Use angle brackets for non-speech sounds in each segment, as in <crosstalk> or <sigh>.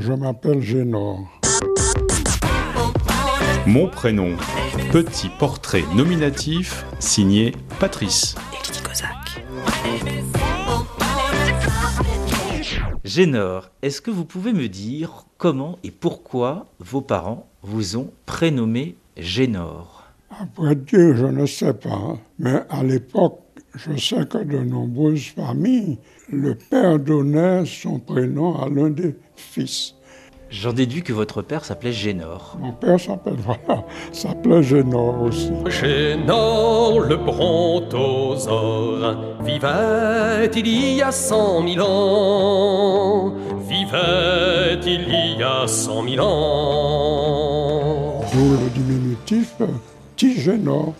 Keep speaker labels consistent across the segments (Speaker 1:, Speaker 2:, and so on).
Speaker 1: Je m'appelle Génor.
Speaker 2: Mon prénom. Petit portrait nominatif signé Patrice.
Speaker 3: Génor, est-ce que vous pouvez me dire comment et pourquoi vos parents vous ont prénommé Génor
Speaker 1: Après Dieu, je ne sais pas, mais à l'époque, je sais que de nombreuses familles, le père donnait son prénom à l'un des fils.
Speaker 3: J'en déduis que votre père s'appelait Génor.
Speaker 1: Mon père s'appelle, <laughs> voilà, s'appelait Génor aussi.
Speaker 4: Chez Nord, le brontosaure vivait il y a cent mille ans. Vivait il y a cent mille ans.
Speaker 1: D'où le diminutif euh, Tigénor.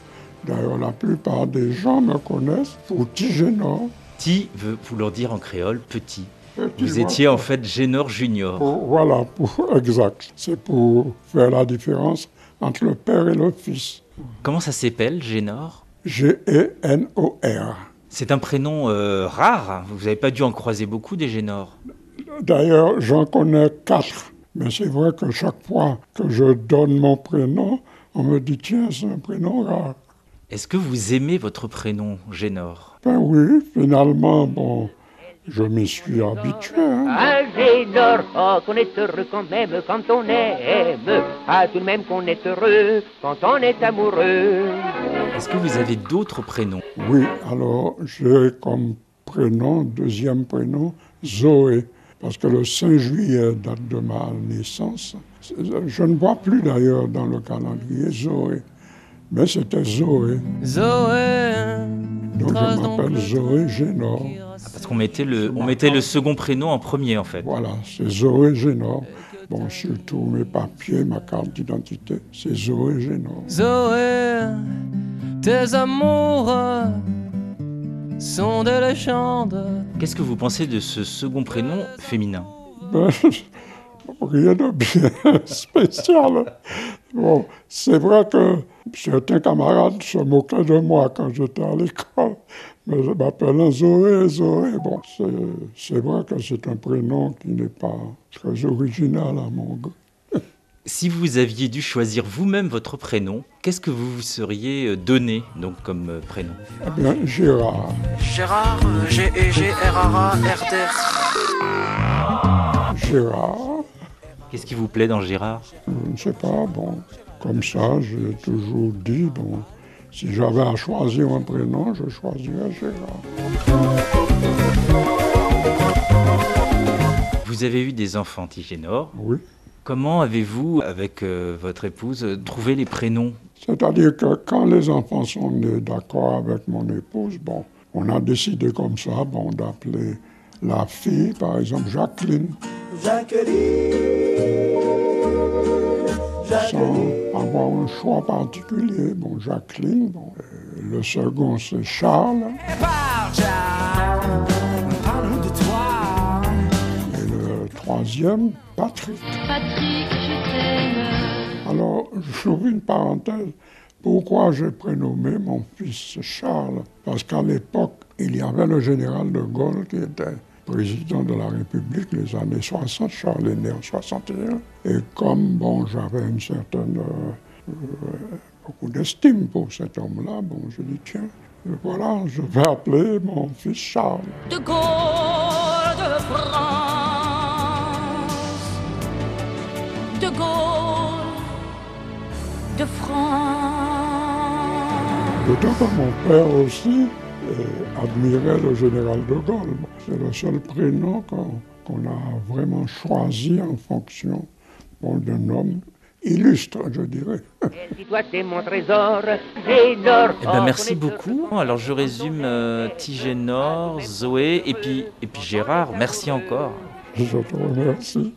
Speaker 1: D'ailleurs, la plupart des gens me connaissent pour Tigénor.
Speaker 3: Ti veut vouloir dire en créole petit.
Speaker 1: Et tu
Speaker 3: Vous
Speaker 1: vois,
Speaker 3: étiez en fait Génor Junior.
Speaker 1: pour- voilà, pour, <laughs> exact. C'est pour faire la différence entre le père et le fils.
Speaker 3: Comment ça s'appelle, Génor
Speaker 1: G-E-N-O-R.
Speaker 3: C'est un prénom euh, rare. Vous n'avez pas dû en croiser beaucoup des Génor.
Speaker 1: D'ailleurs, j'en connais quatre. Mais c'est vrai que chaque fois que je donne mon prénom, on me dit tiens, c'est un prénom rare.
Speaker 3: Est-ce que vous aimez votre prénom, Génor
Speaker 1: Ben oui, finalement, bon, je m'y suis habitué. hein.
Speaker 5: Agénor, oh, qu'on est heureux quand même quand on aime. Ah, tout de même qu'on est heureux quand on est amoureux.
Speaker 3: Est-ce que vous avez d'autres prénoms
Speaker 1: Oui, alors j'ai comme prénom, deuxième prénom, Zoé. Parce que le 5 juillet, date de ma naissance, C'est- je ne vois plus d'ailleurs dans le calendrier Zoé. Mais c'était Zoé.
Speaker 6: Zoé,
Speaker 1: Donc je
Speaker 6: trace donc
Speaker 1: m'appelle
Speaker 6: le
Speaker 1: Zoé Génor.
Speaker 3: Parce qu'on mettait, le, on mettait le second prénom en premier, en fait.
Speaker 1: Voilà, c'est Zoé Génor. Bon, surtout mes papiers, ma carte d'identité, c'est Zoé Génor.
Speaker 6: Zoé, tes amours sont délechantes.
Speaker 3: Qu'est-ce que vous pensez de ce second prénom féminin
Speaker 1: <laughs> Ben, rien de bien <laughs> spécial. Bon, c'est vrai que certains camarades se moquaient de moi quand j'étais à l'école, mais je m'appelais Zoé, Zoé. Bon, c'est- c'est vrai que c'est un prénom qui n'est pas très original à mon goût.
Speaker 3: Si vous aviez dû choisir vous-même votre prénom, qu'est-ce que vous vous seriez euh, donné donc comme euh, prénom
Speaker 1: Eh bien, Gérard,
Speaker 7: Gérard, G-E-G-R-A-R-D.
Speaker 1: Gérard,
Speaker 3: Qu'est-ce qui vous plaît dans Gérard
Speaker 1: je ne sais pas, bon, comme ça, j'ai toujours dit, bon, si j'avais à choisir un prénom, je choisirais Gérard.
Speaker 3: Vous avez eu des enfants, Tigénor.
Speaker 1: Oui.
Speaker 3: Comment avez-vous, avec euh, votre épouse, euh, trouvé les prénoms
Speaker 1: C'est-à-dire que quand les enfants sont nés d'accord avec mon épouse, bon, on a décidé comme ça, bon, d'appeler la fille, par exemple, Jacqueline, sans avoir un choix particulier. Bon, Jacqueline, bon, euh, le second, c'est Charles, et le troisième, Patrick.
Speaker 8: Patrick, je t'aime.
Speaker 1: Alors, j'ouvre une parenthèse. Pourquoi j'ai prénommé mon fils Charles Parce qu'à l'époque, il y avait le général de Gaulle qui était président de la République les années 60. Charles est né en 61. Et comme, bon, j'avais une certaine... euh, euh, beaucoup d'estime pour cet homme-là, bon, je dis, tiens, euh, voilà, je vais appeler mon fils Charles.
Speaker 8: De Gaulle de France. De Gaulle de France.
Speaker 1: D'autant que mon père aussi euh, admirait le général de Gaulle. C'est le seul prénom qu'on qu'on a vraiment choisi en fonction bon, d'un homme illustre, je dirais. <laughs>
Speaker 5: Si toi t'es mon trésor, Génor.
Speaker 3: Eh ben, merci beaucoup. Alors je résume euh, Tigénor, Zoé et puis, et puis Gérard. Merci encore.
Speaker 1: Je te remercie.